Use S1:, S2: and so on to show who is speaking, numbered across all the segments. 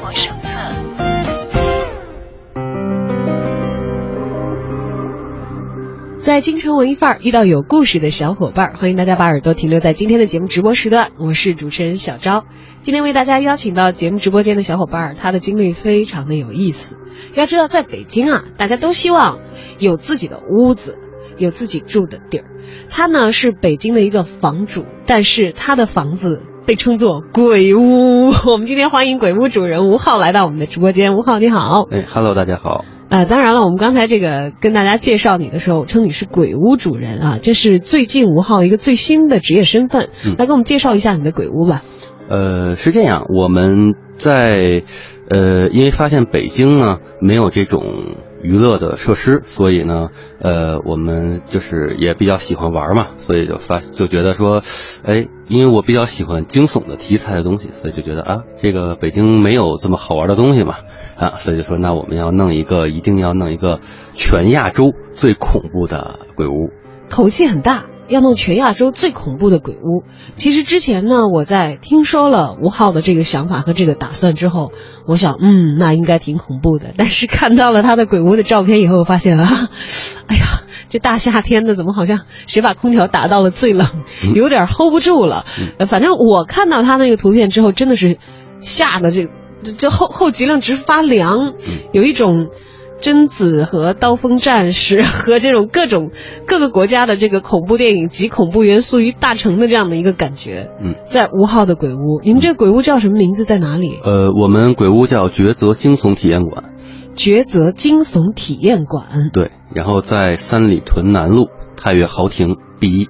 S1: 活手册。
S2: 在京城文艺范儿遇到有故事的小伙伴儿，欢迎大家把耳朵停留在今天的节目直播时段，我是主持人小昭。今天为大家邀请到节目直播间的小伙伴儿，他的经历非常的有意思。要知道，在北京啊，大家都希望有自己的屋子，有自己住的地儿。他呢是北京的一个房主，但是他的房子被称作鬼屋。我们今天欢迎鬼屋主人吴昊来到我们的直播间。吴昊，你好。
S3: 哎，Hello，大家好。
S2: 呃，当然了，我们刚才这个跟大家介绍你的时候，称你是鬼屋主人啊，这是最近吴昊一个最新的职业身份，
S3: 嗯
S2: 来给我们介绍一下你的鬼屋吧。
S3: 呃，是这样，我们在呃，因为发现北京呢没有这种娱乐的设施，所以呢，呃，我们就是也比较喜欢玩嘛，所以就发就觉得说，哎，因为我比较喜欢惊悚的题材的东西，所以就觉得啊，这个北京没有这么好玩的东西嘛，啊，所以就说那我们要弄一个，一定要弄一个全亚洲最恐怖的鬼屋。
S2: 口气很大，要弄全亚洲最恐怖的鬼屋。其实之前呢，我在听说了吴昊的这个想法和这个打算之后，我想，嗯，那应该挺恐怖的。但是看到了他的鬼屋的照片以后，我发现啊， 哎呀。这大夏天的，怎么好像谁把空调打到了最冷，有点 hold 不住了。呃反正我看到他那个图片之后，真的是吓得这这这后后脊梁直发凉，
S3: 嗯
S2: 有一种贞子和刀锋战士 和这种各种各个国家的这个恐怖电影集恐怖元素于大成的这样的一个感觉。
S3: 嗯，
S2: 在吴昊的鬼屋，你们这个鬼屋叫什么名字？在哪里？
S3: 呃，我们鬼屋叫抉择惊悚体验馆。
S2: 抉择惊悚体验馆，
S3: 对，然后在三里屯南路太岳豪庭 B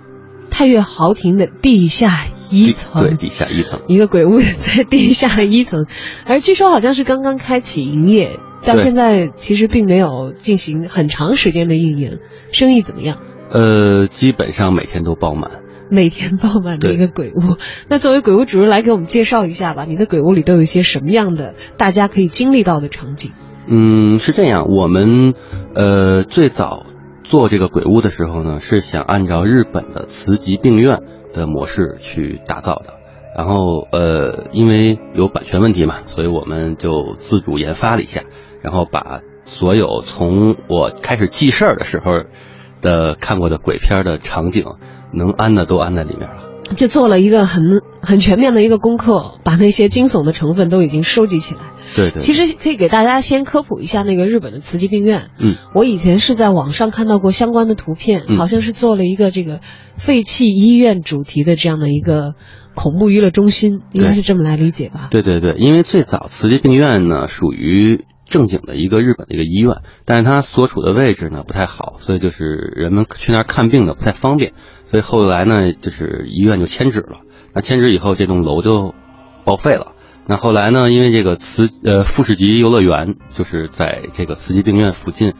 S2: 太岳豪庭的地下一
S3: 一，
S2: 层。
S3: 对，底下一层。
S2: 一个鬼屋在地下 一层，而据说好像是刚刚开启营业，到
S3: 对
S2: 现在其实并没有进行很长时间的运营，生意怎么样？
S3: 呃，基本上每天都爆满。
S2: 每天爆满的一个鬼屋。 那作为鬼屋主任来给我们介绍一下吧，你的鬼屋里都有一些什么样的大家可以经历到的场景？
S3: 嗯，是这样，我们呃最早做这个鬼屋的时候呢，是想按照日本的慈济病院的模式去打造的。然后呃，因为有版权问题嘛，所以我们就自主研发了一下，然后把所有从我开始记事儿的时候的看过的鬼片儿的场景，能安的都安在里面了。
S2: 就做了一个很很全面的一个功课，把那些惊悚的成分都已经收集起来。
S3: 对对，
S2: 其实可以给大家先科普一下那个日本的慈济病院。
S3: 嗯，
S2: 我以前是在网上看到过相关的图片，
S3: 嗯
S2: 好像是做了一个这个废弃医院主题的这样的一个恐怖娱乐中心，应该是这么来理解吧？
S3: 对对对，因为最早慈济病院呢属于正经的一个日本的一个医院，但是它所处的位置呢不太好，所以就是人们去那儿看病呢不太方便，所以后来呢就是医院就迁址了。那迁址以后，这栋楼就报废了。那后来呢，因为这个慈呃富士急游乐园就是在这个慈济病院附近，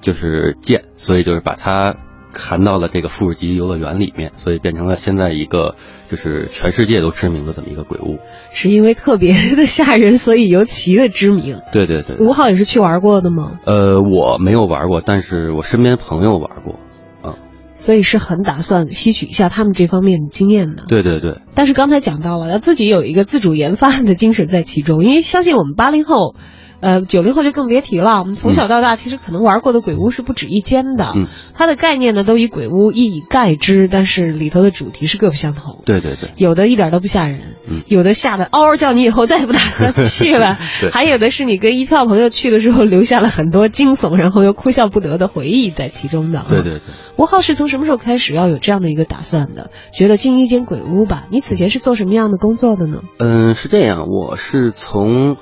S3: 就是建，所以就是把它含到了这个富士急游乐园里面，所以变成了现在一个就是全世界都知名的这么一个鬼屋。
S2: 是因为特别的吓人，所以尤其的知名。
S3: 对对对，
S2: 吴昊也是去玩过的吗？
S3: 呃，我没有玩过，但是我身边朋友玩过。
S2: 所以是很打算吸取一下他们这方面的经验的。
S3: 对对对，
S2: 但是刚才讲到了，要自己有一个自主研发的精神在其中，因为相信我们八零后，呃，九零后就更别提了。我们从小到大其实可能玩过的鬼屋是不止一间的，
S3: 嗯
S2: 它的概念呢都以鬼屋一以概之，但是里头的主题是各不相同。
S3: 对对对，
S2: 有的一点都不吓人，
S3: 嗯
S2: 有的吓得嗷嗷叫，你以后再也不打算去了
S3: 对。
S2: 还有的是你跟一票朋友去的时候留下了很多惊悚，然后又哭笑不得的回忆在其中的、啊。
S3: 对对对。
S2: 吴昊是从什么时候开始要有这样的一个打算的？觉得进一间鬼屋吧。你此前是做什么样的工作的呢？
S3: 嗯，是这样，我是从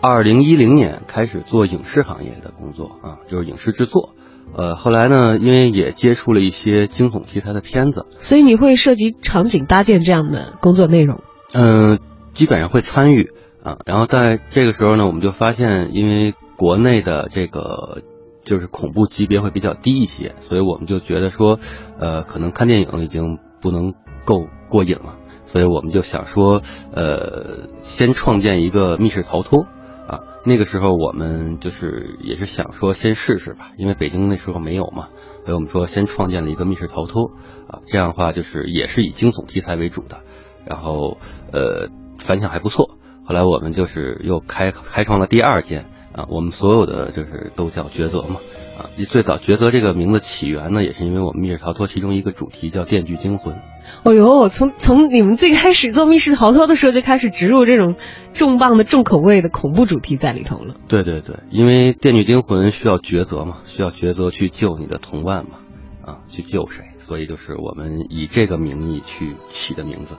S3: 二零一零年开始做影视行业的工作啊，就是影视制作。呃，后来呢，因为也接触了一些惊悚题材的片子，
S2: 所以你会涉及场景搭建这样的工作内容。
S3: 嗯，基本上会参与啊。然后在这个时候呢，我们就发现，因为国内的这个就是恐怖级别会比较低一些，所以我们就觉得说，呃，可能看电影已经不能够过瘾了。所以我们就想说，呃，先创建一个密室逃脱啊。那个时候我们就是也是想说先试试吧，因为北京那时候没有嘛，所以我们说先创建了一个密室逃脱啊。这样的话就是也是以惊悚题材为主的，然后呃反响还不错。后来我们就是又开开创了第二间啊，我们所有的就是都叫抉择嘛啊。最早抉择这个名字起源呢，也是因为我们密室逃脱其中一个主题叫电锯惊魂。
S2: 哦呦，我从从你们最开始做密室逃脱的时候就开始植入这种重磅的重口味的恐怖主题在里头了。
S3: 对对对，因为电锯惊魂需要抉择嘛，需要抉择去救你的同伴嘛，啊，去救谁，所以就是我们以这个名义去起的名字。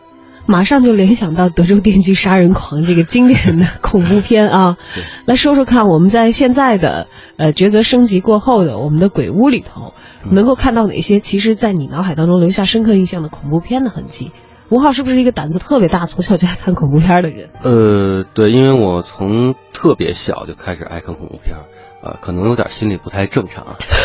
S2: 马上就联想到德州电锯杀人狂这个经典的恐怖片 啊
S3: 对，
S2: 来说说看，我们在现在的呃抉择升级过后的我们的鬼屋里头，能够看到哪些其实，在你脑海当中留下深刻印象的恐怖片的痕迹？吴昊是不是一个胆子特别大，从小就爱看恐怖片的人？
S3: 呃，对，因为我从特别小就开始爱看恐怖片儿，啊、可能有点心理不太正常啊，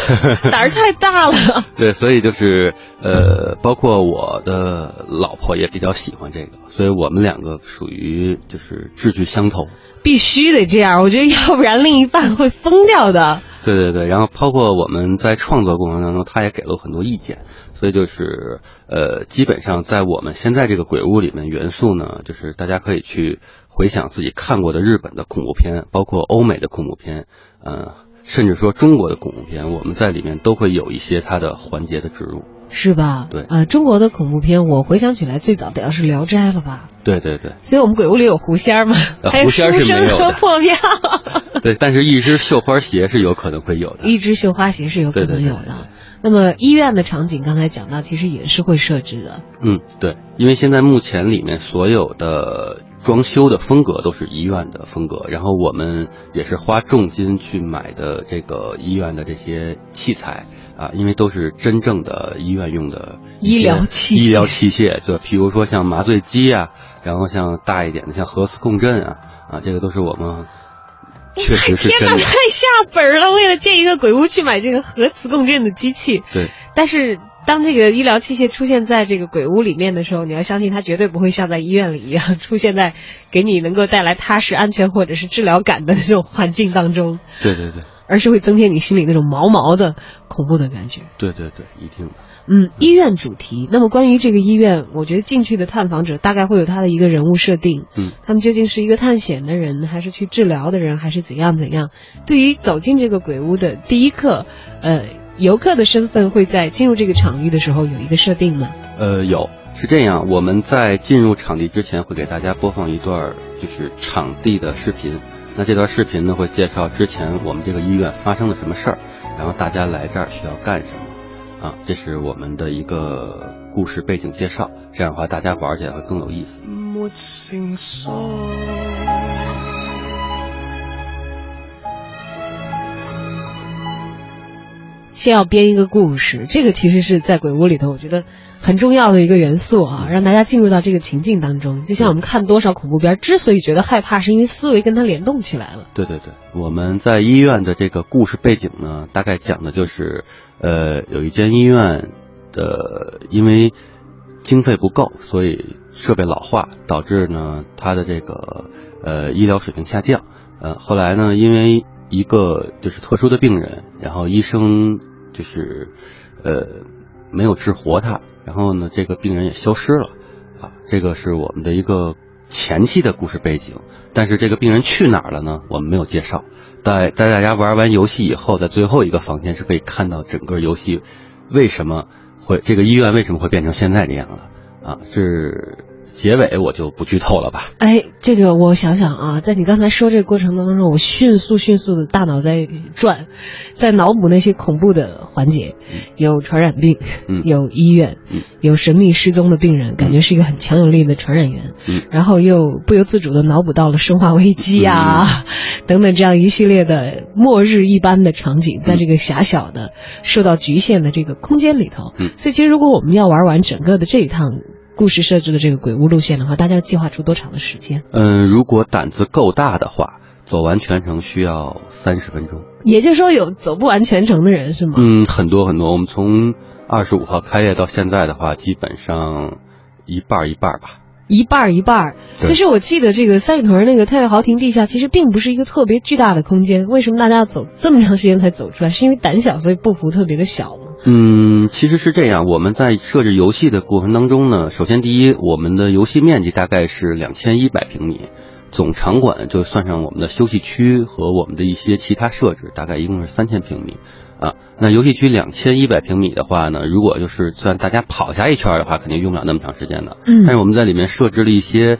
S2: 胆儿太大了。
S3: 对，所以就是呃，包括我的老婆也比较喜欢这个，所以我们两个属于就是志趣相投。
S2: 必须得这样，我觉得要不然另一半会疯掉 的。
S3: 对对对，然后包括我们在创作过程当中，他也给了我很多意见，所以就是呃，基本上在我们现在这个鬼屋里面，元素呢，就是大家可以去回想自己看过的日本的恐怖片，包括欧美的恐怖片，呃，甚至说中国的恐怖片，我们在里面都会有一些它的环节的植入。
S2: 是吧？
S3: 对
S2: 呃，中国的恐怖片，我回想起来最早得要是《聊斋》了吧？
S3: 对对对，
S2: 所以我们鬼屋里有狐仙儿嘛，
S3: 呃
S2: 还有
S3: 狐仙儿
S2: 书
S3: 是没
S2: 生
S3: 有
S2: 和
S3: 的
S2: 破 庙，
S3: 对，但是一只绣花鞋是有可能会有的。
S2: 一只绣花鞋是有可能有的。
S3: 对对对对对
S2: 那么医院的场景，刚才讲到，其实也是会设置的。
S3: 嗯，对，因为现在目前里面所有的装修的风格都是医院的风格，然后我们也是花重金去买的这个医院的这些器材啊，因为都是真正的医院用的一些
S2: 医疗器械
S3: 医疗器械，就比如说像麻醉机啊，然后像大一点的像核磁共振啊，啊，这个都是我们确实是
S2: 哎天
S3: 真
S2: 哪，
S3: 的
S2: 太，下本儿了！为了建一个鬼屋去买这个核磁共振的机器，
S3: 对。
S2: 但是当这个医疗器械出现在这个鬼屋里面的时候，你要相信它绝对不会像在医院里一样出现在给你能够带来踏实、安全或者是治疗感的这种环境当中，
S3: 对对对
S2: 而是会增添你心里那种毛毛的恐怖的感觉。
S3: 对对对，一定的。
S2: 嗯，医院主题。那么关于这个医院，我觉得进去的探访者大概会有他的一个人物设定。
S3: 嗯，
S2: 他们究竟是一个探险的人，还是去治疗的人，还是怎样怎样？对于走进这个鬼屋的第一刻，呃，游客的身份会在进入这个场域的时候有一个设定吗？
S3: 呃，有是这样，我们在进入场地之前会给大家播放一段儿就是场地的视频。那这段视频呢，会介绍之前我们这个医院发生了什么事儿，然后大家来这儿需要干什么啊？这是我们的一个故事背景介绍，这样的话大家玩起来会更有意思。
S4: 没成熟。
S2: 先要编一个故事，这个其实是在鬼屋里头，我觉得很重要的一个元素啊，让大家进入到这个情境当中。就像我们看多少恐怖片，之所以觉得害怕，是因为思维跟它联动起来了。
S3: 对对对，我们在医院的这个故事背景呢，大概讲的就是，呃，有一间医院的，呃因为经费不够，所以设备老化，导致呢它的这个呃医疗水平下降。呃，后来呢，因为一个就是特殊的病人，然后医生就是呃没有治活他，然后呢这个病人也消失了。啊，这个是我们的一个前期的故事背景。但是这个病人去哪儿了呢？我们没有介绍。在在大家玩完游戏以后，在最后一个房间是可以看到整个游戏为什么会这个医院为什么会变成现在这样的啊？是结尾我就不剧透了吧？
S2: 哎，这个我想想啊，在你刚才说这个过程当中，我迅速迅速的大脑在转，在脑补那些恐怖的环节，有传染病，
S3: 嗯
S2: 有医院，
S3: 嗯
S2: 有神秘失踪的病人，感觉是一个很强有力的传染源，
S3: 嗯
S2: 然后又不由自主的脑补到了生化危机啊、
S3: 嗯
S2: 等等这样一系列的末日一般的场景，在这个狭小的、受到局限的这个空间里头，
S3: 嗯
S2: 所以其实如果我们要玩完整个的这一趟。故事设置的这个鬼屋路线的话，大家要计划出多长的时间？
S3: 嗯，如果胆子够大的话，走完全程需要三十分钟。
S2: 也就是说，有走不完全程的人是吗？
S3: 嗯，很多很多。我们从二十五号开业到现在的话，基本上一半儿一半儿吧。
S2: 一半儿一半儿。
S3: 对
S2: 但是我记得这个三里屯那个太岳豪庭地下其实并不是一个特别巨大的空间，为什么大家要走这么长时间才走出来？是因为胆小，所以步幅特别的小吗？
S3: 嗯，其实是这样，我们在设置游戏的过程当中呢，首先第一，我们的游戏面积大概是两千一百平米，总场馆就算上我们的休息区和我们的一些其他设置，大概一共是三千平米。啊，那游戏区两千一百平米的话呢，如果就是算大家跑下一圈儿的话，肯定用不了那么长时间的。
S2: 嗯
S3: 但是我们在里面设置了一些，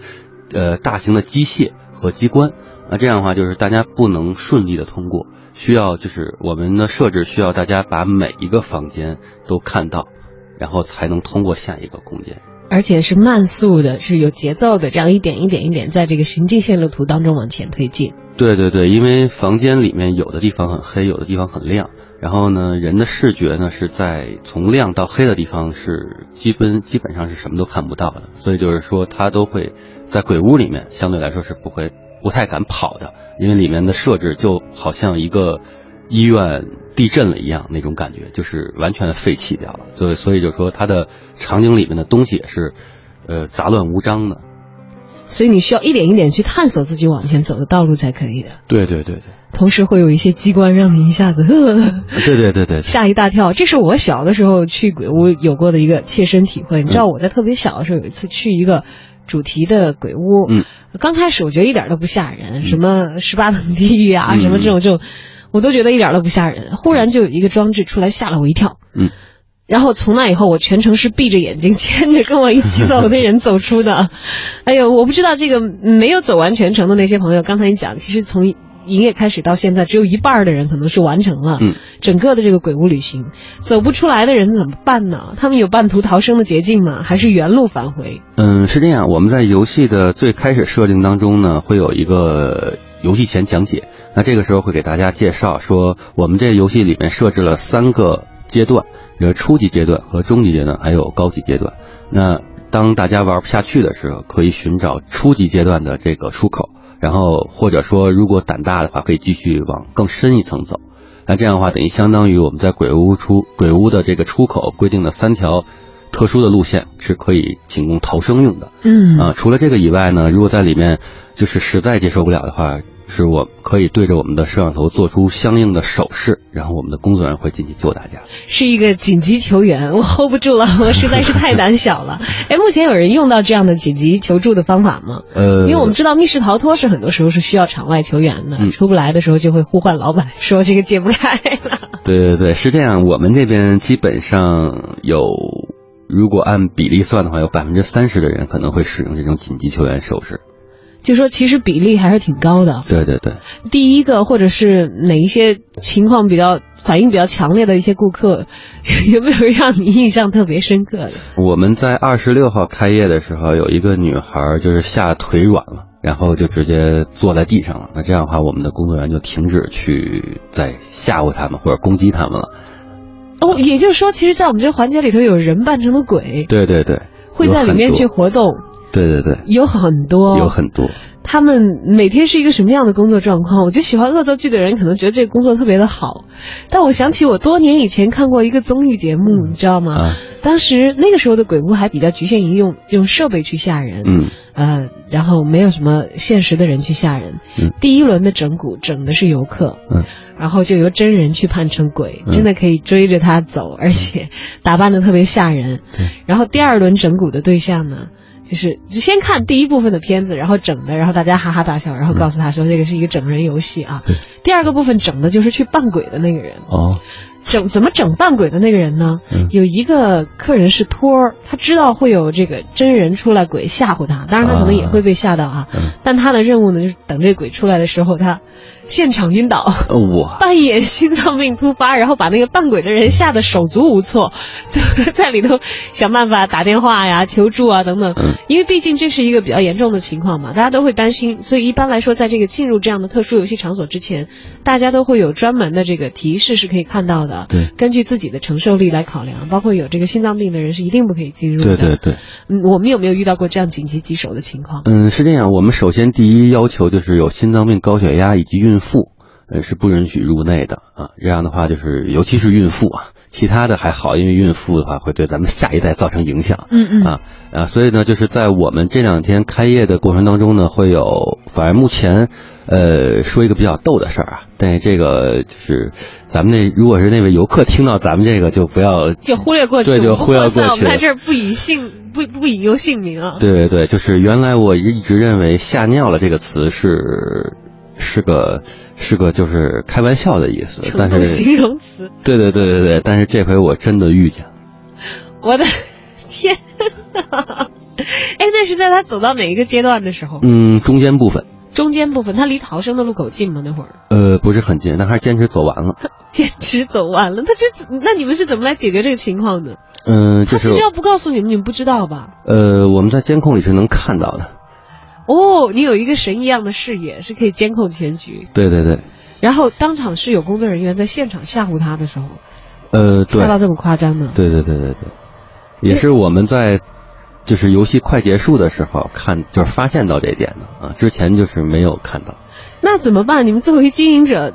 S3: 呃，大型的机械和机关。那这样的话，就是大家不能顺利的通过，需要就是我们的设置需要大家把每一个房间都看到，然后才能通过下一个空间。
S2: 而且是慢速的，是有节奏的，这样一点一点一点在这个行进线路图当中往前推进。
S3: 对对对，因为房间里面有的地方很黑，有的地方很亮。然后呢，人的视觉呢是在从亮到黑的地方是基本基本上是什么都看不到的，所以就是说它都会在鬼屋里面相对来说是不会不太敢跑的，因为里面的设置就好像一个医院地震了一样那种感觉，就是完全废弃掉了。所以所以就是说它的场景里面的东西也是呃杂乱无章的。
S2: 所以你需要一点一点去探索自己往前走的道路才可以的。
S3: 对对对对，
S2: 同时会有一些机关让你一下子呵
S3: 对对对对对。
S2: 吓一大跳。这是我小的时候去鬼屋有过的一个切身体会。你知道我在特别小的时候有一次去一个。主题的鬼屋，
S3: 嗯，
S2: 刚开始我觉得一点都不吓人，什么十八层地狱啊，
S3: 嗯
S2: 什么这种这种，我都觉得一点都不吓人。忽然就有一个装置出来，吓了我一跳，
S3: 嗯，
S2: 然后从那以后，我全程是闭着眼睛 牵着跟我一起走的人走出的。 哎呦，我不知道这个没有走完全程的那些朋友，刚才你讲，其实从营业开始到现在，只有一半儿的人可能是完成了，
S3: 嗯，
S2: 整个的这个鬼屋旅行，走不出来的人怎么办呢？他们有半途逃生的捷径吗？还是原路返回？
S3: 嗯，是这样，我们在游戏的最开始设定当中呢，会有一个游戏前讲解。那这个时候会给大家介绍说，我们这游戏里面设置了三个阶段，有初级阶段和中级阶段，还有高级阶段。那当大家玩不下去的时候，可以寻找初级阶段的这个出口，然后或者说如果胆大的话，可以继续往更深一层走。那这样的话，等于相当于我们在鬼屋出鬼屋的这个出口规定的三条特殊的路线是可以仅供逃生用的。
S2: 嗯
S3: 啊、除了这个以外呢，如果在里面就是实在接受不了的话，是我可以对着我们的摄像头做出相应的手势，然后我们的工作人员会进去救大家。
S2: 是一个紧急求援，我 hold 不住了，我实在是太胆小了。 哎，目前有人用到这样的紧急求助的方法吗？
S3: 呃，
S2: 因为我们知道密室逃脱是很多时候是需要场外求援的，
S3: 嗯
S2: 出不来的时候就会呼唤老板说这个解不开了。
S3: 对对对，是这样。我们这边基本上有，如果按比例算的话，有百分之三十的人可能会使用这种紧急救援手势。
S2: 就说其实比例还是挺高的。
S3: 对对对，
S2: 第一个或者是哪一些情况比较反应比较强烈的一些顾客， 有没有让你印象特别深刻的？
S3: 我们在二十六号开业的时候，有一个女孩儿就是吓腿软了，然后就直接坐在地上了。那这样的话，我们的工作人员就停止去再吓唬他们或者攻击他们了。
S2: 哦，也就是说，其实，在我们这个环节里头，有人扮成的鬼
S3: 对对对，
S2: 哎会在里面去
S3: 有很多。
S2: 活动，
S3: 对对对，
S2: 有很多，
S3: 有很多。
S2: 他们每天是一个什么样的工作状况？我觉得喜欢恶作剧的人可能觉得这个工作特别的好，但我想起我多年以前看过一个综艺节目，你知道吗？
S3: 啊
S2: 当时那个时候的鬼屋还比较局限于用用设备去吓人，
S3: 嗯
S2: 呃，然后没有什么现实的人去吓人。
S3: 嗯
S2: 第一轮的整蛊整的是游客，
S3: 嗯
S2: 然后就由真人去扮成鬼，
S3: 嗯
S2: 真的可以追着他走，而且打扮的特别吓人。
S3: 对
S2: 然后第二轮整蛊的对象呢，就是就先看第一部分的片子，然后整的，然后大家哈哈大笑，然后告诉他说这个是一个整人游戏啊。
S3: 嗯对
S2: 第二个部分整的就是去扮鬼的那个人，
S3: 哦
S2: 整怎么整扮鬼的那个人呢？
S3: 嗯
S2: 有一个客人是托儿，他知道会有这个真人出来鬼吓唬他，当然他可能也会被吓到啊。
S3: 嗯
S2: 但他的任务呢，就是等这鬼出来的时候，他现场晕倒。
S3: 呃我
S2: 扮演心脏病突发，然后把那个扮鬼的人吓得手足无措，就 在里头想办法打电话呀、求助啊等等
S3: 嗯。
S2: 因为毕竟这是一个比较严重的情况嘛，大家都会担心，所以一般来说，在这个进入这样的特殊游戏场所之前，大家都会有专门的这个提示是可以看到的。
S3: 对
S2: 根据自己的承受力来考量，包括有这个心脏病的人是一定不可以进入
S3: 对
S2: 的。
S3: 对对。
S2: 嗯，我们有没有遇到过这样紧急棘手的情况？
S3: 嗯，是这样，我们首先第一要求就是有心脏病、高血压以及孕妇，呃，是不允许入内的啊。这样的话，就是尤其是孕妇啊，其他的还好，因为孕妇的话会对咱们下一代造成影响。
S2: 嗯嗯
S3: 啊啊，所以呢，就是在我们这两天开业的过程当中呢，会有，反正目前，呃，说一个比较逗的事儿啊，但这个就是咱们那如果是那位游客听到咱们这个，就不要
S2: 就忽略过去，
S3: 对，就忽略
S2: 哇塞
S3: 过
S2: 我
S3: 去
S2: 们
S3: 了
S2: 在。这儿不以姓不不引用姓名啊。
S3: 对对对，就是原来我一直认为“吓尿了”这个词是是个是个就是开玩笑的意思，
S2: 程
S3: 呃但
S2: 度
S3: 是
S2: 形容词，
S3: 对对对对对，但是这回我真的遇见了。
S2: 我 的天呐！ 哎，那是在他走到哪一个阶段的时候？
S3: 嗯，中间部分
S2: 中间部分，他离逃生的路口近吗？那会儿
S3: 呃不是很近，但还是坚持走完了。
S2: 坚持走完了，那这那你们是怎么来解决这个情况的？
S3: 嗯、就
S2: 他
S3: 是
S2: 其实要不告诉你们，你们不知道吧？
S3: 呃我们在监控里是能看到的。
S2: 哦，你有一个神一样的视野，是可以监控全局。
S3: 对对对，
S2: 然后当场是有工作人员在现场吓唬他的时候，
S3: 呃对
S2: 吓到这么夸张呢？
S3: 对对对对对，也是我们在就是游戏快结束的时候看，就是发现到这一点的啊，之前就是没有看到。
S2: 那怎么办？你们作为经营者，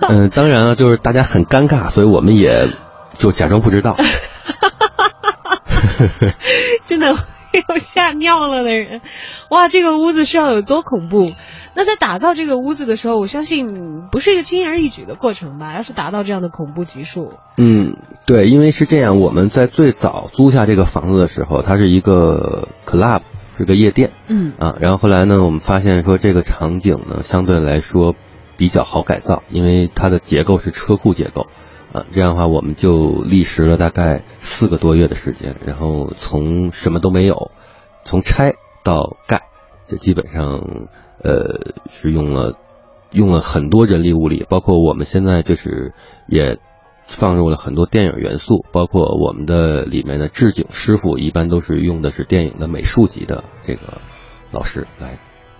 S3: 嗯，当然了，就是大家很尴尬，所以我们也就假装不知道。
S2: 真的会有吓尿了的人，哇，这个屋子是要有多恐怖？那在打造这个屋子的时候，我相信不是一个轻而易举的过程吧？要是达到这样的恐怖级数，
S3: 嗯，对，因为是这样，我们在最早租下这个房子的时候，它是一个 club，是个夜店
S2: 嗯
S3: 啊。然后后来呢，我们发现说这个场景呢，相对来说比较好改造，因为它的结构是车库结构。啊，这样的话，我们就历时了大概四个多月的时间，然后从什么都没有，从拆到盖，这基本上呃是用了用了很多人力物力，包括我们现在就是也放入了很多电影元素，包括我们的里面的置景师傅一般都是用的是电影的美术级的这个老师来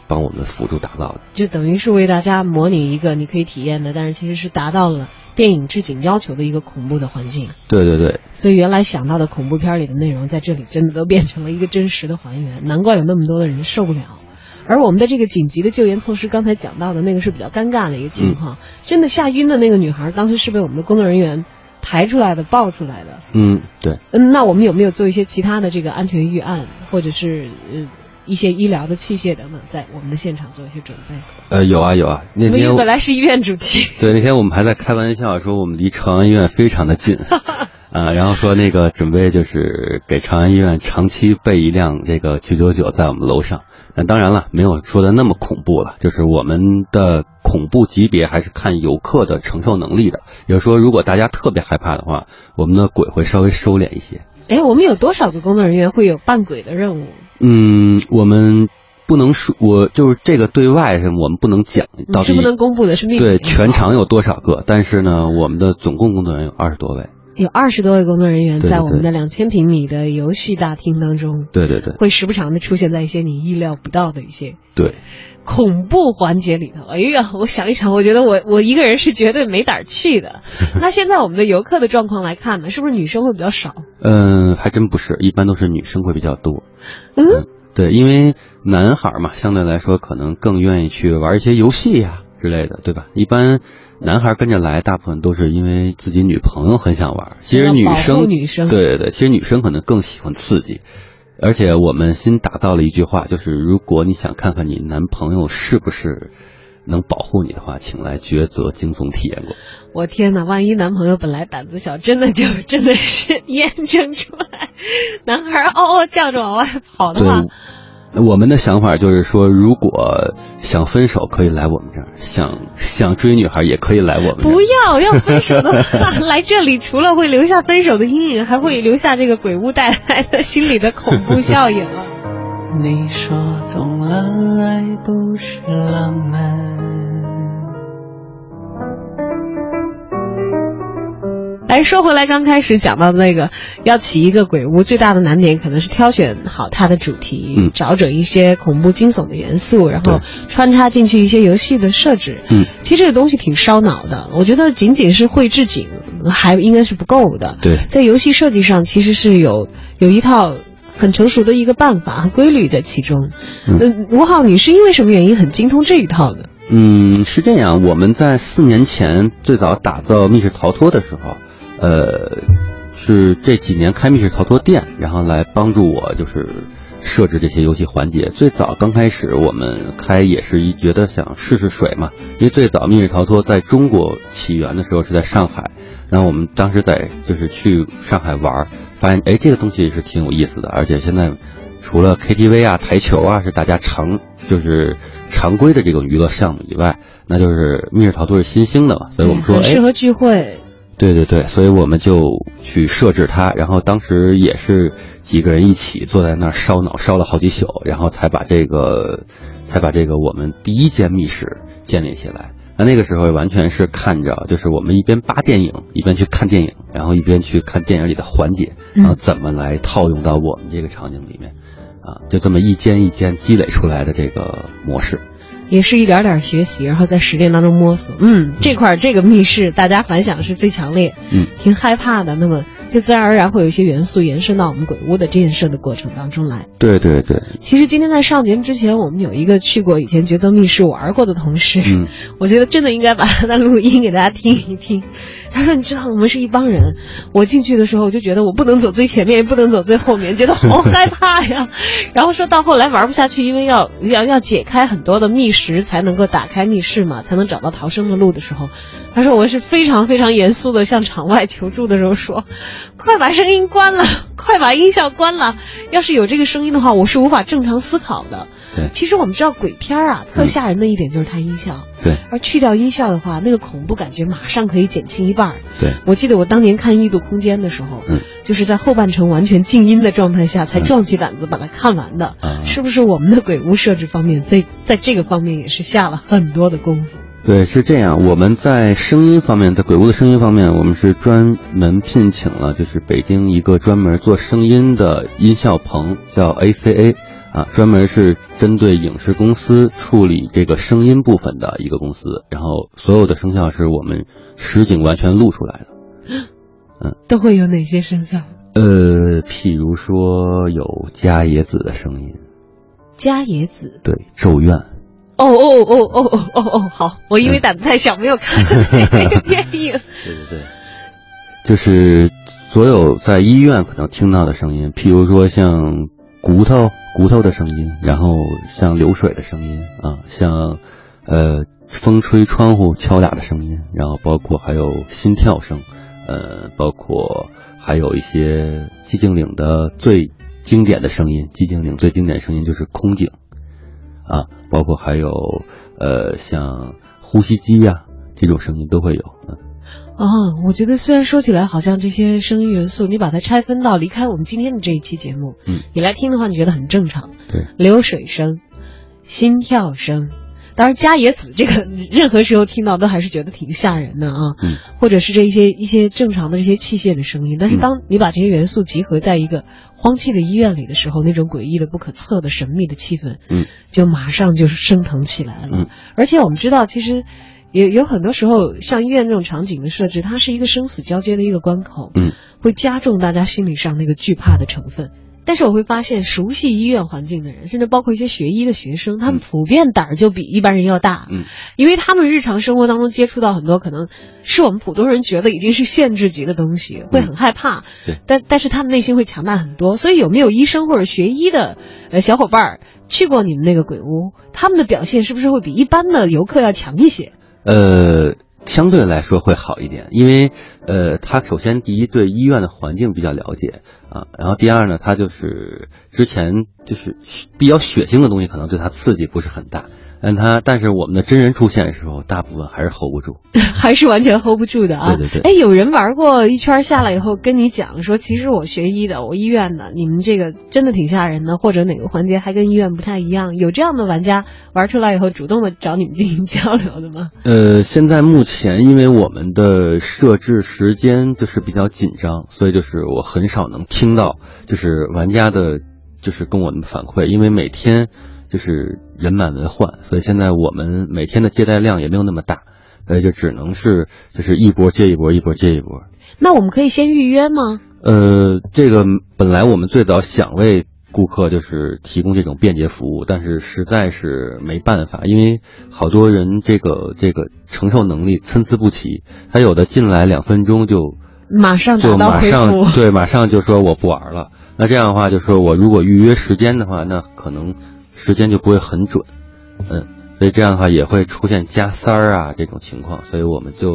S3: 帮我们辅助打造的。
S2: 就等于是为大家模拟一个你可以体验的，但是其实是达到了电影置景要求的一个恐怖的环境。
S3: 对对对，
S2: 所以原来想到的恐怖片里的内容，在这里真的都变成了一个真实的还原， 难怪有那么多的人受不了。而我们的这个紧急的救援措施，刚才讲到的那个是比较尴尬的一个情
S3: 嗯
S2: 况，真的吓晕的那个女孩，当时是被我们的工作人员抬出来的、抱出来的。
S3: 嗯，对，
S2: 嗯，那我们有没有做一些其他的这个安全预案，或者是呃一些医疗的器械等等，在我们的现场做一些准备？
S3: 呃，有啊有啊，那
S2: 我们
S3: 天
S2: 本来是医院主题，
S3: 对，那天我们还在开玩笑说我们离长安医院非常的近， 啊，然后说那个准备就是给长安医院长期备一辆这个九九九在我们楼上。那当然了，没有说的那么恐怖了，就是我们的恐怖级别还是看游客的承受能力的。也就是说，如果大家特别害怕的话，我们的鬼会稍微收敛一些。
S2: 哎，我们有多少个工作人员会有扮鬼的任务？
S3: 嗯，我们不能说，我就是这个对外是我们不能讲到
S2: 你嗯是
S3: 底
S2: 不能公布的，是秘密。
S3: 对全场有多少个，但是呢，我们的总共工作人员有二十多位。
S2: 有二十多位工作人员
S3: 对对
S2: 在我们的两千平米的游戏大厅当中，
S3: 对对对
S2: 会时不常的出现在一些你意料不到的一些
S3: 对，
S2: 恐怖环节里头。哎呀，我想一想，我觉得我我一个人是绝对没胆儿去 的。那现在我们的游客的状况来看呢，是不是女生会比较少？
S3: 嗯，还真不是，一般都是女生会比较多。
S2: 嗯，
S3: 对，因为男孩儿嘛，相对来说可能更愿意去玩一些游戏呀、之类的，对吧？一般男孩儿跟着来，大部分都是因为自己女朋友很想玩儿。其实
S2: 要
S3: 女
S2: 保护
S3: 生，
S2: 女生
S3: 对对对，其实女生可能更喜欢刺激。而且我们新打造了一句话，就是如果你想看看你男朋友是不是能保护你的话，请来抉择惊悚体验过。
S2: 我天哪！万一男朋友本来胆子小，真的就真的是 验证出来，男孩儿嗷嗷叫着往外跑的
S3: 对
S2: 话，，
S3: 我们的想法就是说，如果想分手可以来我们这儿，想想追女孩也可以来我们这儿。
S2: 不 要，要分手的话， 来这里除了会留下分手的阴影，还会留下这个鬼屋带来的心理的恐怖效应了。
S5: 你说懂了，爱不是浪漫。
S2: 来说回来，刚开始讲到的那个要起一个鬼屋，最大的难点可能是挑选好它的主题，
S3: 嗯
S2: 找准一些恐怖惊悚的元素，然后
S3: 对
S2: 穿插进去一些游戏的设置。
S3: 嗯，
S2: 其实这个东西挺烧脑的，我觉得仅仅是会置景还应该是不够的。
S3: 对
S2: 在游戏设计上其实是有有一套很成熟的一个办法和规律在其中。
S3: 嗯
S2: 嗯，吴浩，你是因为什么原因很精通这一套的？
S3: 嗯，是这样。我们在四年前最早打造密室逃脱的时候，呃，是这几年开密室逃脱店，然后来帮助我就是设置这些游戏环节。最早刚开始我们开也是觉得想试试水嘛，因为最早密室逃脱在中国起源的时候是在上海，然后我们当时在就是去上海玩儿，发现哎这个东西是挺有意思的，而且现在除了 KTV 啊、台球啊是大家常就是常规的这种娱乐项目以外，那就是密室逃脱是新兴的嘛，所以我们说
S2: 很
S3: 哎
S2: 适合聚会。
S3: 对对对，所以我们就去设置它，然后当时也是几个人一起坐在那儿烧脑，烧了好几宿，然后才把这个，才把这个我们第一间密室建立起来。那那个时候完全是看着，就是我们一边扒电影，一边去看电影，然后一边去看电影里的环节，
S2: 嗯
S3: 然后怎么来套用到我们这个场景里面，啊，就这么一间一间积累出来的这个模式。
S2: 也是一点点学习，然后在实践当中摸索。嗯，这块儿这个密室大家反响是最强烈，
S3: 嗯，
S2: 挺害怕的。那么就自然而然会有一些元素延伸到我们鬼屋的这件事的过程当中来。
S3: 对对对，
S2: 其实今天在上节目之前，我们有一个去过以前角色密室玩过的同事，
S3: 嗯，
S2: 我觉得真的应该把他的录音给大家听一听。 他说：“你知道我们是一帮人，我进去的时候我就觉得我不能走最前面，也不能走最后面，觉得好害怕呀。然后说到后来玩不下去，因为要要要解开很多的密室才能够打开密室嘛，才能找到逃生的路的时候，他说我是非常非常严肃的向场外求助的时候说，快把声音关了，快把音效关了。要是有这个声音的话，我是无法正常思考的。
S3: 对
S2: 其实我们知道鬼片儿啊，特吓人的一点就是它音效。
S3: 对
S2: 而去掉音效的话，那个恐怖感觉马上可以减轻一半儿。
S3: 对，
S2: 我记得我当年看《异度空间》的时候，
S3: 嗯
S2: 就是在后半程完全静音的状态下，才壮起胆子把它看完的。
S3: 啊
S2: 是不是我们的鬼屋设置方面，在在这个方面也是下了很多的功夫？
S3: 对，是这样。我们在声音方面，在鬼屋的声音方面，我们是专门呃聘请了，就是北京一个专门做声音的音效棚，叫 ACA，啊，专门是针对影视公司处理这个声音部分的一个公司。然后所有的声效是我们实景完全录出来的。
S2: 都会有哪些声效？
S3: 呃，譬如说有伽野子的声音，
S2: 伽椰子。
S3: 对，咒怨，
S2: 哦哦哦哦哦哦哦，好，我因为胆子太小，没有看那 个电影。
S3: 对对对，就是所有在医院可能听到的声音，譬如说像骨头骨头的声音，然后像流水的声音啊，像呃风吹窗户敲打的声音，然后包括还有心跳声，呃，包括还有一些寂静岭的最经典的声音，寂静岭最经典的声音就是空警。啊，包括还有呃像呼吸机呀、这种声音都会有。嗯
S2: 哦，我觉得虽然说起来好像这些声音元素，你把它拆分到离开我们今天的这一期节目，
S3: 嗯，
S2: 你来听的话，你觉得很正常。
S3: 对，
S2: 流水声、心跳声，当然伽野子这个 任何时候听到都还是觉得挺吓人的啊，
S3: 嗯，
S2: 或者是这一些一些正常的这些器械的声音，但是当你把这些元素集合在一个荒弃的医院里的时候，那种诡异的、不可测的、神秘的气氛，
S3: 嗯，
S2: 就马上就是升腾起来了。
S3: 嗯
S2: 而且我们知道，其实也有很多时候，像医院这种场景的设置，它是一个生死交接的一个关口，
S3: 嗯，
S2: 会加重大家心理上那个惧怕的成分。但是我会发现，熟悉医院环境的人，甚至包括一些学医的学生，他们普遍胆儿就比一般人要大，
S3: 嗯，
S2: 因为他们日常生活当中接触到很多可能是我们普通人觉得已经是限制级的东西，会很害怕，
S3: 嗯对，
S2: 但但是他们内心会强大很多。所以有没有医生或者学医的呃小伙伴儿去过你们那个鬼屋，他们的表现是不是会比一般的游客要强一些？
S3: 呃，相对来说会好一点，因为呃，他首先第一对医院的环境比较了解啊，然后第二呢，他就是之前就是比较血腥的东西，可能对他刺激不是很大。但他但是我们的真人出现的时候，大部分还是 hold 不住。
S2: 还是完全 hold 不住的啊！
S3: 对对对
S2: 哎，有人玩过一圈下来以后，跟你讲说，其实我学医的，我医院的，你们这个真的挺吓人的，或者哪个环节还跟医院不太一样。有这样的玩家玩出来以后，主动的找你们进行交流的吗？
S3: 呃，现在目前因为我们的设置时间就是比较紧张，所以就是我很少能听到就是玩家的，就是跟我们反馈，因为每天就是人满为患，所以现在我们每天的接待量也没有那么大，所以就只能是就是一波接一波，一波接一波。
S2: 那我们可以先预约吗？
S3: 呃，这个本来我们最早想为顾客就是提供这种便捷服务，但是实在是没办法，因为好多人这个这个承受能力参差不齐，他有的进来两分钟就
S2: 马上
S3: 就
S2: 拿到
S3: 马
S2: 回
S3: 上
S2: 复。
S3: 对，马上就说我不玩了。那这样的话，就说我如果预约时间的话，那可能时间就不会很准，嗯，所以这样的话也会出现加塞儿啊这种情况，所以我们就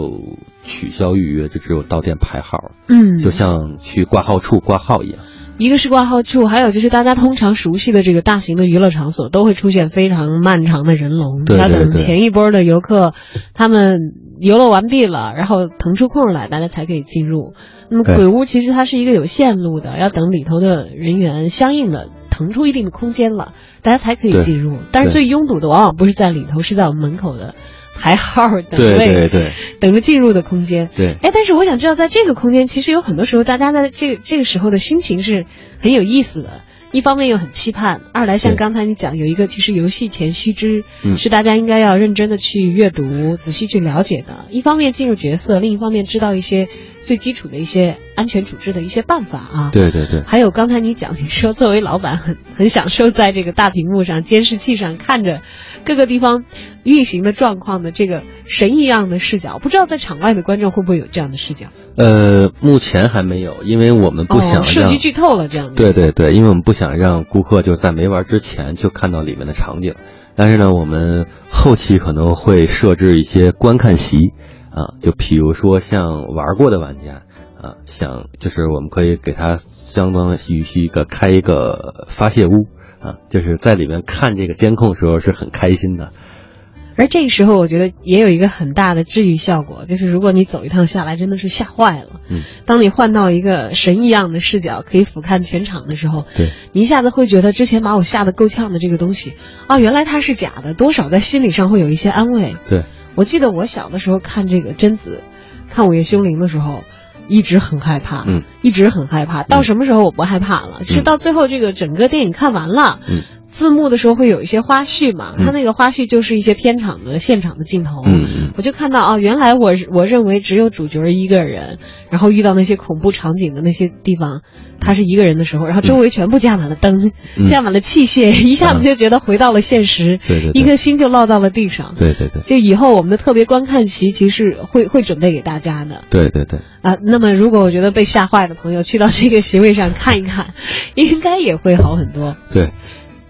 S3: 取消预约，就只有到店排号了，
S2: 嗯，
S3: 就像去挂号处挂号一样。
S2: 一个是挂号处，还有就是大家通常熟悉的这个大型的娱乐场所都会出现非常漫长的人龙。
S3: 对
S2: 要
S3: 对
S2: 等
S3: 对
S2: 前一波的游客他们游乐完毕了，然后腾出空来，大家才可以进入。那么
S3: 对
S2: 鬼屋其实它是一个有线路的，要等里头的人员相应的腾出一定的空间了，大家才可以
S3: 对
S2: 进入。但是
S3: 对
S2: 最拥堵的往往不是在里头，是在我们门口的排号儿等
S3: 对
S2: 位、
S3: 对对
S2: 等着进入的空间。
S3: 对，
S2: 哎，但是我想知道，在这个空间，其实有很多时候，大家在这这个时候的心情是很有意思的。一方面又很期盼，二来像
S3: 对
S2: 刚才你讲，有一个其实游戏前须知、
S3: 嗯
S2: 是大家应该要认真的去阅读、仔细去了解的。一方面进入角色，另一方面知道一些最基础的一些安全处置的一些办法啊。
S3: 对对对，
S2: 还有刚才你讲，你说作为老板很很享受在这个大屏幕上、监视器上看着各个地方运行的状况的这个神一样的视角，不知道在场外的观众会不会有这样的视角？
S3: 呃，目前还没有，因为我们不想
S2: 哦、
S3: 让。
S2: 涉及剧透了这样的。
S3: 对对对，因为我们不想让顾客就在没玩之前就看到里面的场景，但是呢，我们后期可能会设置一些观看席，啊，就比如说像玩过的玩家啊，想就是我们可以给他相当于是一个开一个发泄屋啊，就是在里面看这个监控的时候是很开心的，
S2: 而这个时候，我觉得也有一个很大的治愈效果，就是如果你走一趟下来，真的是吓坏了。
S3: 嗯，
S2: 当你换到一个神一样的视角，可以俯瞰全场的时候，
S3: 对，
S2: 你一下子会觉得之前把我吓得够呛的这个东西，啊，原来它是假的，多少在心理上会有一些安慰。
S3: 对，
S2: 我记得我小的时候看这个贞子，看《午夜凶铃》的时候，一直很害怕，
S3: 嗯，
S2: 一直很害怕。到什么时候我不害怕了？是到最后这个整个电影看完了，
S3: 嗯，
S2: 字幕的时候会有一些花絮嘛，
S3: 嗯
S2: 它那个花絮就是一些片场的现场的镜头，
S3: 嗯嗯。
S2: 我就看到啊，原来我我认为只有主角一个人，然后遇到那些恐怖场景的那些地方，他是一个人的时候，然后周围全部架满了灯，
S3: 嗯
S2: 架满了器械，一下子就觉得回到了现实，
S3: 对对对
S2: 一颗心就落到了地上。
S3: 对对对
S2: 就以后我们的特别观看席，其实会会准备给大家的
S3: 对对对，
S2: 啊。那么，如果我觉得被吓坏的朋友去到这个席位上看一看，应该也会好很多。
S3: 对，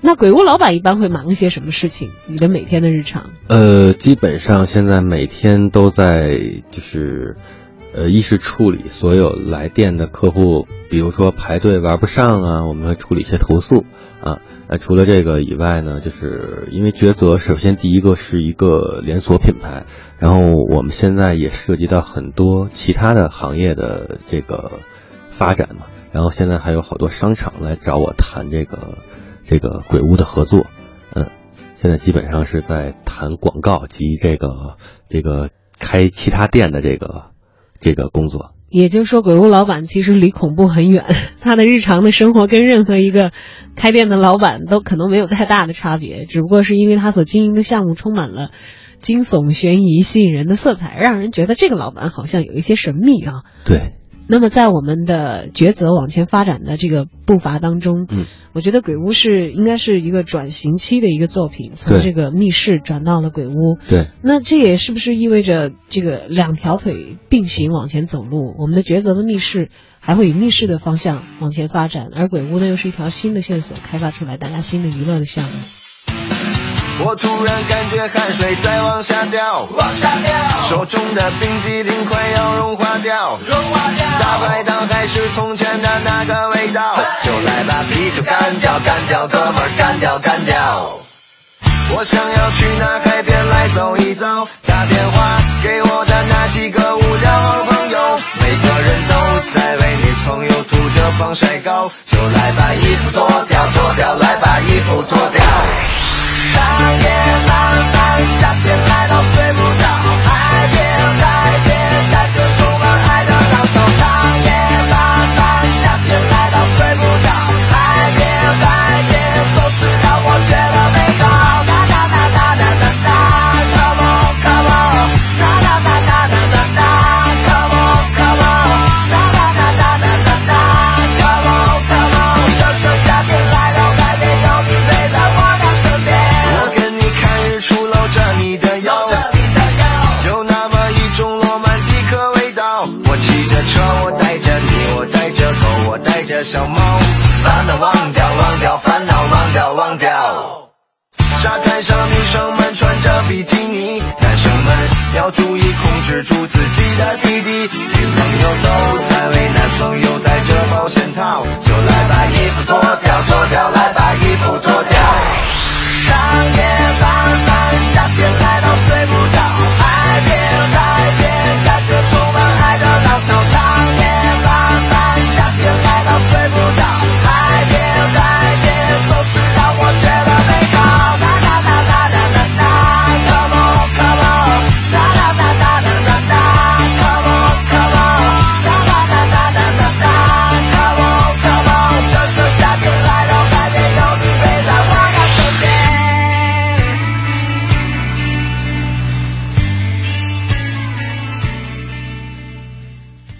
S2: 那鬼屋老板一般会忙些什么事情？你的每天的日常？
S3: 呃，基本上现在每天都在就是，呃，一是处理所有来电的客户，比如说排队玩不上啊，我们会处理一些投诉啊。呃，除了这个以外呢，就是因为抉择，首先第一个是一个连锁品牌，然后我们现在也涉及到很多其他的行业的这个发展嘛，然后现在还有好多商场来找我谈这个这个鬼屋的合作，嗯。现在基本上是在谈广告及这个这个开其他店的这个这个工作。
S2: 也就是说，鬼屋老板其实离恐怖很远， 他的日常的生活跟任何一个开店的老板都可能没有太大的差别，只不过是因为他所经营的项目充满了惊悚、悬疑、吸引人的色彩，让人觉得这个老板好像有一些神秘啊。
S3: 对，
S2: 那么，在我们的抉择往前发展的这个步伐当中，
S3: 嗯，
S2: 我觉得《鬼屋》是应该是一个转型期的一个作品，从
S3: 对
S2: 这个密室转到了鬼屋。
S3: 对，
S2: 那这也是不是意味着这个两条腿并行往前走路？我们的抉择的密室还会以密室的方向往前发展，而鬼屋呢又是一条新的线索开发出来，大家新的娱乐的项目。
S6: 我突然感觉汗水在往下掉，往下掉，手中的冰激凌快要融化掉，融化掉，大排档还是从前的那个味道，就来把啤酒干掉，干掉，哥们儿，干掉，干掉。我想要去那海边来走一走，打电话给我的那几个无聊好朋友，每个人都在为女朋友涂着防晒膏，就来把衣服脱掉，脱掉，来把衣服脱掉。大夜浪漫，夏天来到睡不着，海边海边，感觉充满爱的浪潮。大夜浪漫，夏天来到睡不着，海边海边，总是让我觉得美好。哒哒哒哒哒哒哒。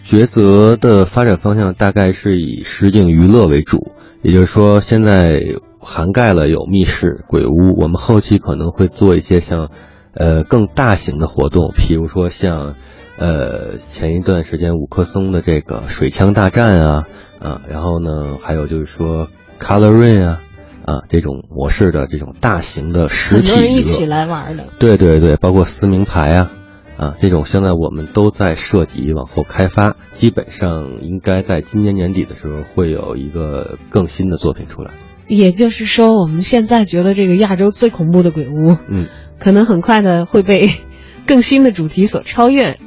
S3: 抉择的发展方向大概是以实景娱乐为主，也就是说，现在涵盖了有密室、鬼屋，我们后期可能会做一些像，呃，更大型的活动，比如说像，呃，前一段时间五棵松的这个水枪大战啊，啊，然后呢，还有就是说 coloring 啊，啊这种模式的这种大型的实
S2: 很
S3: 体
S2: 多人
S3: 娱
S2: 一
S3: 乐
S2: 起来玩的。
S3: 对对对，包括撕名牌啊，啊，这种现在我们都在设计往后开发，基本上应该在今年年底的时候会有一个更新的作品出来。
S2: 也就是说，我们现在觉得这个亚洲最恐怖的鬼屋，
S3: 嗯，
S2: 可能很快的会被 更新的主题所超越，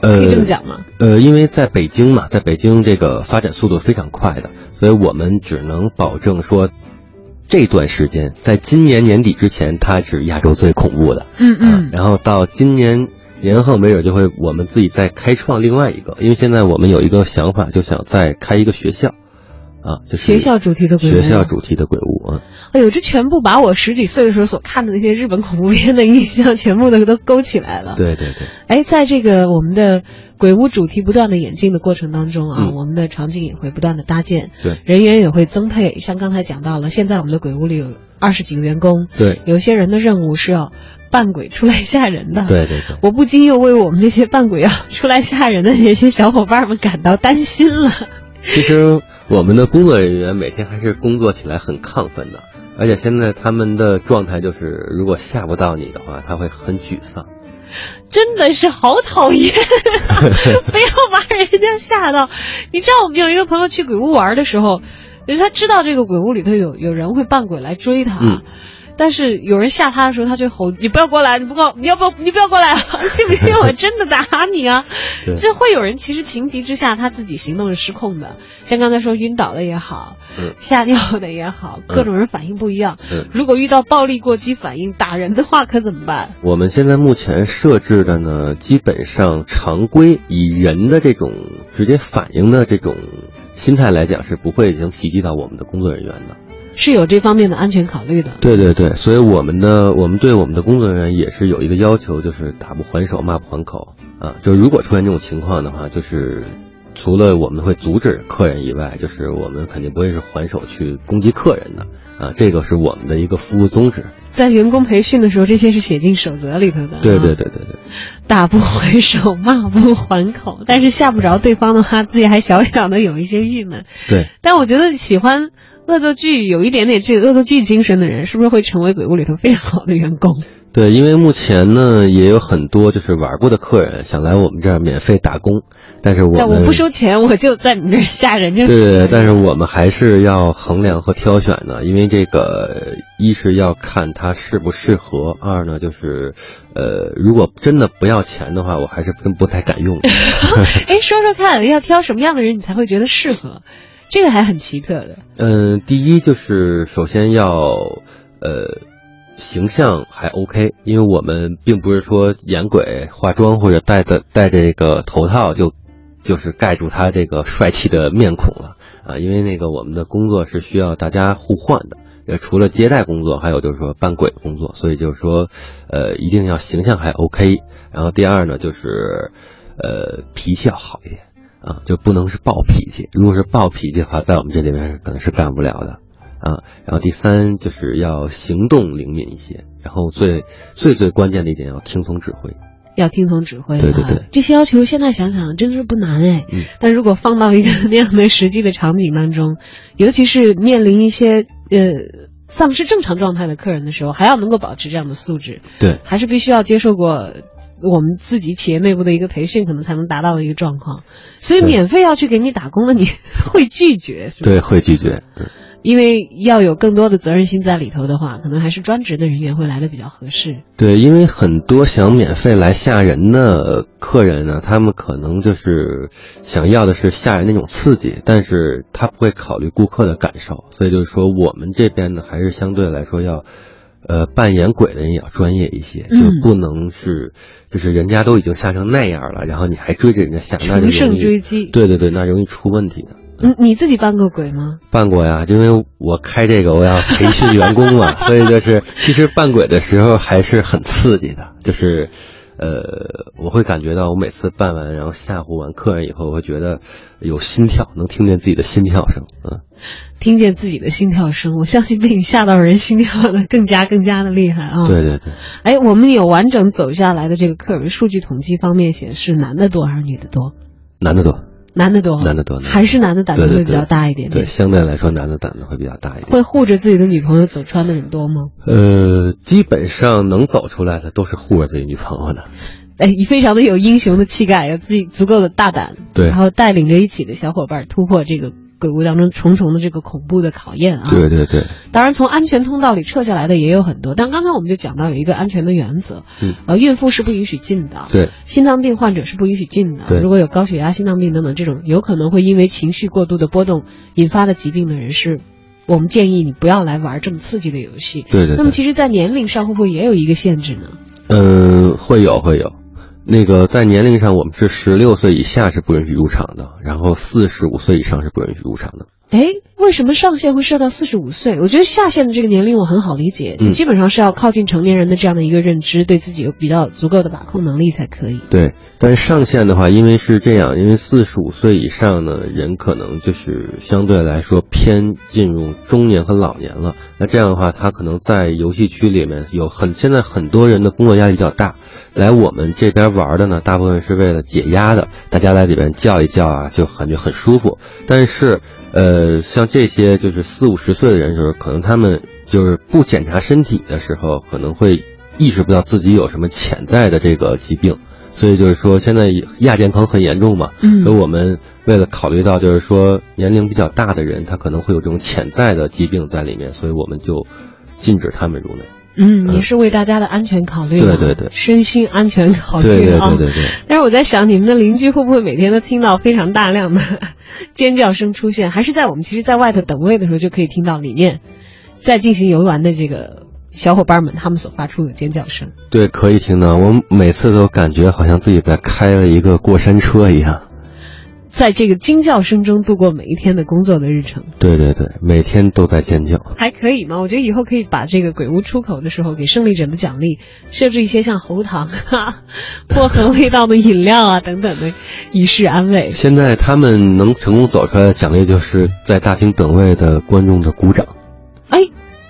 S3: 呃，
S2: 可以这么讲吗？
S3: 呃，因为在北京嘛，在北京这个发展速度非常快的，所以我们只能保证说，这段时间在今年年底之前，它是亚洲最恐怖的。
S2: 嗯
S3: 啊，然后到今年年后，没准就会我们自己再开创另外一个，因为现在我们有一个想法，就想再开一个学校，啊，就是
S2: 学校主题的鬼屋
S3: 学校主题的鬼屋啊，
S2: 哎呦，这全部把我十几岁的时候所看的那些日本恐怖片的印象全部都都勾起来了。，
S3: 对对对，
S2: 哎，在这个我们的鬼屋主题不断的演进的过程当中啊，
S3: 嗯
S2: 我们的场景也会不断的搭建，
S3: 对
S2: 人员也会增配。像刚才讲到了，现在我们的鬼屋里有二十几个员工，
S3: 对
S2: 有些人的任务是要扮鬼出来吓人的。
S3: 对对对，
S2: 我不禁又为我们这些扮鬼要啊出来吓人的这些小伙伴们感到担心了。
S3: 其实我们的工作人员每天还是工作起来很亢奋的，而且现在他们的状态就是，如果吓不到你的话，他会很沮丧。
S2: 真的是好讨厌， 不要把人家吓到。你知道我们有一个朋友去鬼屋玩的时候，就是他知道这个鬼屋里头有有人会扮鬼来追他。
S3: 嗯
S2: 但是有人吓他的时候，他就吼：“你不要过来！你不过，你要不要？你不要过来啊！信不信我真的打你啊
S3: 对？”
S2: 这会有人其实情急之下他自己行动是失控的，像刚才说晕倒的也好，
S3: 嗯
S2: 吓尿的也好，各种人反应不一样。
S3: 嗯
S2: 如果遇到暴力过激反应打人的话，可怎么办？
S3: 我们现在目前设置的呢，基本上常规以人的这种直接反应的这种心态来讲，是不会能袭击到我们的工作人员的。
S2: 是有这方面的安全考虑的。
S3: 对对对，所以我们的我们对我们的工作人员也是有一个要求，就是打不还手，骂不还口啊。就是如果出现这种情况的话，就是除了我们会阻止客人以外，就是我们肯定不会是还手去攻击客人的啊。这个是我们的一个服务宗旨。
S2: 在员工培训的时候，这些是写进守则里头的。
S3: 对
S2: 啊，
S3: 对对对对。
S2: 打不还手，骂不还口，但是吓不着对方的话，自己还小小的有一些郁闷。
S3: 对，
S2: 但我觉得喜欢恶作剧，有一点点这个恶作剧精神的人，是不是会成为鬼屋里头非常好的员工？
S3: 对，因为目前呢也有很多就是玩过的客人想来我们这儿免费打工，但是我
S2: 但
S3: 们
S2: 我不收钱，我就在你这儿 吓人就
S3: 对
S2: 行
S3: 对
S2: 了
S3: 对，但是我们还是要衡量和挑选的，因为这个呃一是要看它适不适合，二呢就是，呃，如果真的不要钱的话，我还是真不太敢用。
S2: 哎，说说看，要挑什么样的人你才会觉得适合？这个还很奇特的。
S3: 嗯，第一就是首先要，呃，形象还 OK，因为我们并不是说演鬼化妆或者戴的戴这个头套就，就是盖住他这个帅气的面孔了啊，因为那个我们的工作是需要大家互换的。呃，除了接待工作，还有就是说扮鬼的工作，所以就是说，呃，一定要形象还 OK。然后第二呢，就是，呃，脾气要好一点。啊，就不能是暴脾气。如果是暴脾气的话，在我们这里面可能是干不了的啊。然后第三就是要行动灵敏一些，然后最最最关键的一点要听从指挥。
S2: 要听从指挥。
S3: 对对
S2: 啊
S3: 对
S2: 这些要求现在想想真的是不难哎。
S3: 嗯
S2: 但如果放到一个那样的实际的场景当中， 尤其是面临一些呃丧失正常状态的客人的时候，还要能够保持这样的素质，
S3: 对
S2: 还是必须要接受过。我们自己企业内部的一个培训，可能才能达到的一个状况，所以
S3: 对
S2: 免费要去给你打工的，你 会拒绝，是吧？
S3: 对，会拒绝。嗯
S2: 因为要有更多的责任心在里头的话，可能还是专职的人员会来的比较合适。
S3: 对，因为很多想免费来吓人的客人呢，他们可能就是想要的是吓人那种刺激，但是他不会考虑顾客的感受，所以就是说我们这边呢，还是相对来说要，呃，扮演鬼的人也要专业一些，
S2: 嗯
S3: 就不能是就是人家都已经吓成那样了，然后你还追着人家吓，那
S2: 乘
S3: 就容
S2: 胜追
S3: 易，
S2: 击
S3: 对对对，那容易出问题的。
S2: 你你自己扮过鬼吗？
S3: 扮过呀，因为我开这个我要培 训员工嘛，所以就是其实扮鬼的时候还是很刺激的，就是，呃，我会感觉到我每次办完然后吓唬完客人以后，我会觉得有心跳，能听见自己的心跳声，嗯。
S2: 听见自己的心跳声，我相信被你吓到人心跳的更加更加的厉害啊！
S3: 对对对，
S2: 哎，我们有完整走下来的这个客人数据统计方面显示，男的多还是女的多？
S3: 男的多，
S2: 男的多，
S3: 男的多，男的多
S2: 还是男的胆子
S3: 对
S2: 会
S3: 对
S2: 比
S3: 对
S2: 较大一点
S3: 对，
S2: 点，
S3: 相对来说男的胆子会比较大一点。
S2: 会护着自己的女朋友走穿的人多吗？
S3: 呃，基本上能走出来的都是护着自己女朋友的。
S2: 哎，你非常的有英雄的气概，有自己足够的大胆，
S3: 对
S2: 然后带领着一起的小伙伴突破这个鬼屋当中重重的这个恐怖的考验啊！
S3: 对对对，
S2: 当然，从安全通道里撤下来的也有很多，但刚才我们就讲到有一个安全的原则，
S3: 嗯
S2: 呃，孕妇是不允许进的，
S3: 对，
S2: 心脏病患者是不允许进的。
S3: 对
S2: 如果有高血压、心脏病等等这种有可能会因为情绪过度的波动引发的疾病的人是，我们建议你不要来玩这么刺激的游戏。
S3: 对对
S2: 那么，
S3: 对
S2: 其实，在年龄上会不会也有一个限制呢？
S3: 嗯，会有会有。那个在年龄上，我们是十六岁以下是不允许入场的，然后四十五岁以上是不允许入场的。
S2: 哎，为什么上限会设到四十五岁？我觉得下限的这个年龄我很好理解，
S3: 嗯
S2: 基本上是要靠近成年人的这样的一个认知，对自己有比较足够的把控能力才可以。
S3: 对，但是上限的话，因为是这样，因为四十五岁以上呢，人可能就是相对来说偏进入中年和老年了。那这样的话，他可能在游戏区里面有很现在很多人的工作压力比较大，来我们这边玩的呢，大部分是为了解压的，大家来里边叫一叫啊，就感觉很舒服。但是，呃，像这些就是四五十岁的人，就是可能他们就是不检查身体的时候，可能会意识不到自己有什么潜在的这个疾病。所以就是说，现在亚健康很严重嘛，所以
S2: 嗯，
S3: 我们为了考虑到就是说年龄比较大的人，他可能会有这种潜在的疾病在里面，所以我们就禁止他们入内。
S2: 嗯，也是为大家的安全考虑嘛，
S3: 呃对对对
S2: 身心安全考虑啊。
S3: 对对对对对，
S2: 但是我在想，你们的邻居会不会每天都听到非常大量的尖叫声出现？还是在我们其实，在外头等位的时候就可以听到里面在进行游玩的这个小伙伴们他们所发出的尖叫声？
S3: 对，可以听到。我每次都感觉好像自己在开了一个过山车一样。
S2: 在这个惊叫声中度过每一天的工作的日程，
S3: 对对对，每天都在尖叫。
S2: 还可以吗？我觉得以后可以把这个鬼屋出口的时候给胜利者的奖励设置一些像喉糖啊、 薄荷味道的饮料啊等等的，以示安慰。
S3: 现在他们能成功走出来的奖励，就是在大厅等位的观众的鼓掌。
S2: 哎，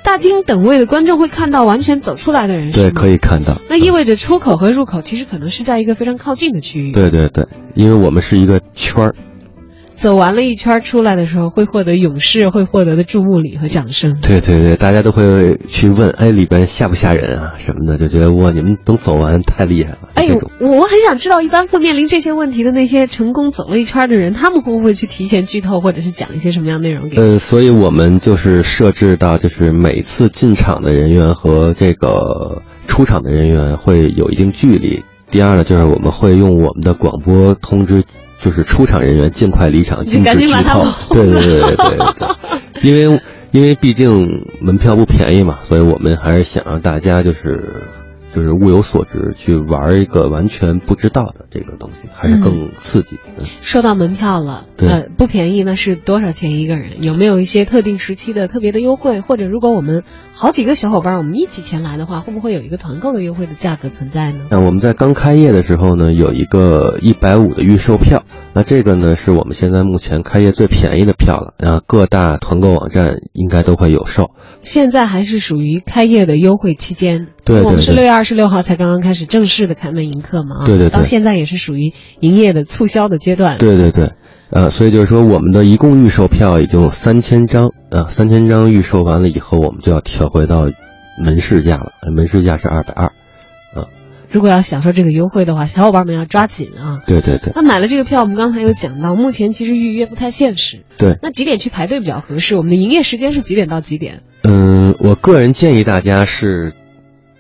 S2: 大厅等位的观众会看到完全走出来的人，是
S3: 对，
S2: 吗
S3: 可以看到。
S2: 那意味着出口和入口其实可能是在一个非常靠近的区域。，
S3: 对对对，因为我们是一个圈儿。
S2: 走完了一圈儿出来的时候，会获得勇士会获得的注目礼和掌声。
S3: 对对对，大家都会去问，哎，里边吓不吓人啊什么的，就觉得哇，你们能走完太厉害了。就
S2: 哎，
S3: 这
S2: 我
S3: 种
S2: 我很想知道，一般会面临这些问题的那些成功走了一圈儿的人，他们会不会去提前剧透，或者是讲一些什么样内容给？
S3: 呃，所以我们就是设置到，就是每次进场的人员和这个出场的人员会有一定距离。第二呢，就是我们会用我们的广播通知，就是出场人员尽快离场，禁
S2: 赶
S3: 止
S2: 紧
S3: 剧
S2: 把他
S3: 透
S2: 们。
S3: 对对对对对对， 因为因为毕竟门票不便宜嘛，所以我们还是想让大家就是。就是物有所值，去玩一个完全不知道的这个东西，还是更刺激。嗯
S2: 说到门票了，
S3: 对
S2: 呃，不便宜，那是多少钱一个人？有没有一些特定时期的特别的优惠？或者如果我们好几个小伙伴儿我们一起前来的话，会不会有一个团购的优惠的价格存在呢？
S3: 那我们在刚开业的时候呢，有一个一百五的预售票，那这个呢是我们现在目前开业最便宜的票了，然后各大团购网站应该都会有售。
S2: 现在还是属于开业的优惠期间，
S3: 对对
S2: 我们是
S3: 对
S2: 六月二十六号才刚刚开始正式的开门迎客嘛，啊，
S3: 对对对
S2: 到现在也是属于营业的促销的阶段，
S3: 对对对，呃，所以就是说我们的一共预售票已经有三千张，啊，三千张预售完了以后，我们就要调回到门市价了，呃门市价是二百二。
S2: 如果要享受这个优惠的话，小伙伴们要抓紧啊。
S3: 对对对，
S2: 那买了这个票，我们刚才有讲到，目前其实预约不太现实。
S3: 对
S2: 那几点去排队比较合适？我们的营业时间是几点到几点？
S3: 嗯，我个人建议大家是，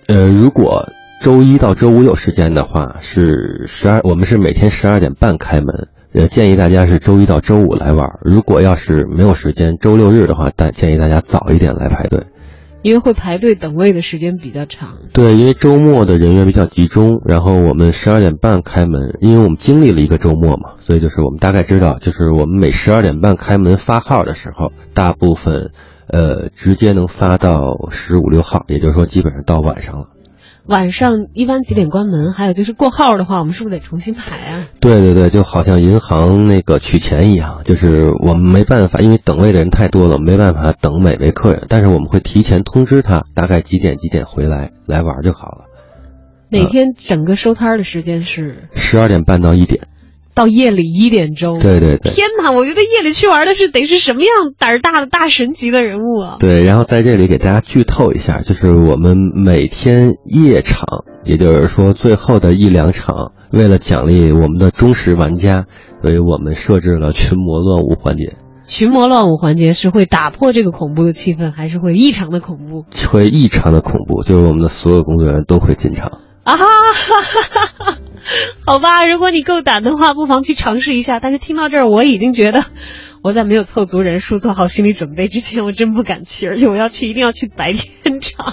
S3: 呃，如果周一到周五有时间的话，是十二，我们是每天十二点半开门。呃，建议大家是周一到周五来玩儿。如果要是没有时间，周六日的话，但建议大家早一点来排队。
S2: 因为会排队等位的时间比较长。
S3: 对，因为周末的人员比较集中，然后我们十二点半开门，因为我们经历了一个周末嘛，所以就是我们大概知道，就是我们每十二点半开门发号的时候，大部分，呃，直接能发到十五六号，也就是说基本上到晚上了。
S2: 晚上一般几点关门？还有就是过号的话，我们是不是得重新排啊？
S3: 对对对，就好像银行那个取钱一样，就是我们没办法，因为等位的人太多了，没办法等每位客人，但是我们会提前通知他大概几点几点回来来玩就好了。
S2: 哪天整个收摊儿的时间是
S3: 十二点半到一点，
S2: 到夜里一点钟？
S3: 对对对。
S2: 天哪，我觉得夜里去玩的是得是什么样胆儿大的大神级的人物啊！
S3: 对，然后在这里给大家剧透一下，就是我们每天夜场，也就是说最后的一两场，为了奖励我们的忠实玩家，所以我们设置了群魔乱舞环节，
S2: 群魔乱舞环节是会打破这个恐怖的气氛，还是会异常的恐怖
S3: 会异常的恐怖，就是我们的所有工作人员都会进场。
S2: 啊哈哈哈哈！好吧，如果你够胆的话，不妨去尝试一下。但是听到这儿，我已经觉得，我在没有凑足人数、做好心理准备之前，我真不敢去，而且我要去，一定要去白天场，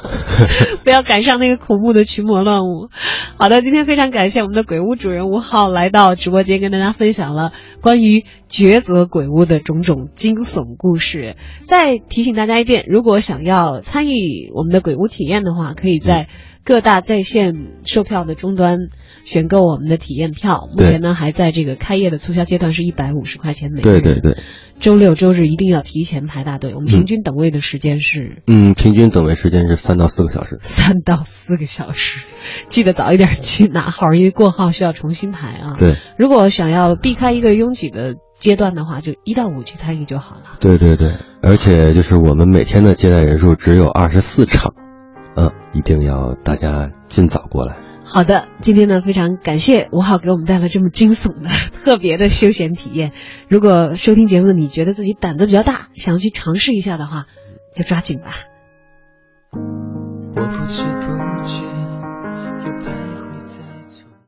S2: 不要赶上那个恐怖的群魔乱舞。好的，今天非常感谢我们的鬼屋主人吴昊来到直播间，跟大家分享了关于抉择鬼屋的种种惊悚故事。再提醒大家一遍，如果想要参与我们的鬼屋体验的话，可以
S3: 嗯
S2: 在、各大在线售票的终端选购我们的体验票，目
S3: 对
S2: 前呢还在这个开业的促销阶段，是一百五十块钱每个
S3: 对
S2: 人。
S3: 对对，
S2: 周六周日一定要提前排大队，我们平均等位的时间 是
S3: 嗯，平均等位时间是三到四个小时。
S2: 三到四个小时，记得早一点去拿号，因为过号需要重新排啊。
S3: 对
S2: 如果想要避开一个拥挤的阶段的话，就一到五去参与就好了。
S3: 对对对，而且就是我们每天的接待人数只有二十四场，嗯，一定要大家尽早过来。
S2: 好的，今天呢，非常感谢吴昊给我们带来这么惊悚的、 特别的休闲体验。如果收听节目的你觉得自己胆子比较大，想要去尝试一下的话，就抓紧吧。
S5: 我不知